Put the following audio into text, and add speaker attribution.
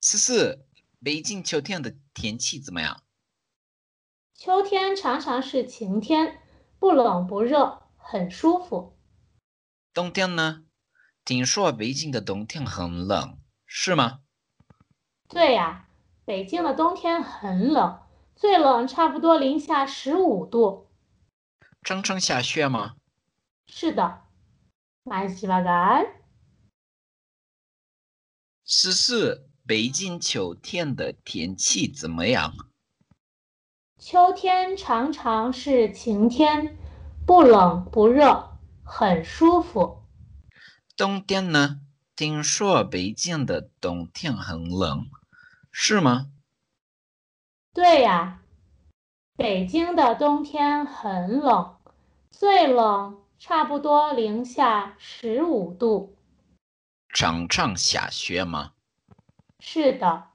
Speaker 1: 思思，北京秋天的天气怎么样？
Speaker 2: 秋天常常是晴天，不冷不热，很舒服。
Speaker 1: 冬天呢？听说北京的冬天很冷，是吗？
Speaker 2: 对呀、北京的冬天很冷，最冷差不多零下十五度。
Speaker 1: 常常下雪吗？
Speaker 2: 是的，蛮喜欢干。
Speaker 1: 思思，北京秋天的天气怎么样？
Speaker 2: 秋天常常是晴天，不冷不热，很舒服。
Speaker 1: 冬天呢？听说北京的冬天很冷，是吗？
Speaker 2: 对呀、北京的冬天很冷，最冷差不多零下十五度。
Speaker 1: 常常下雪吗？
Speaker 2: 是的，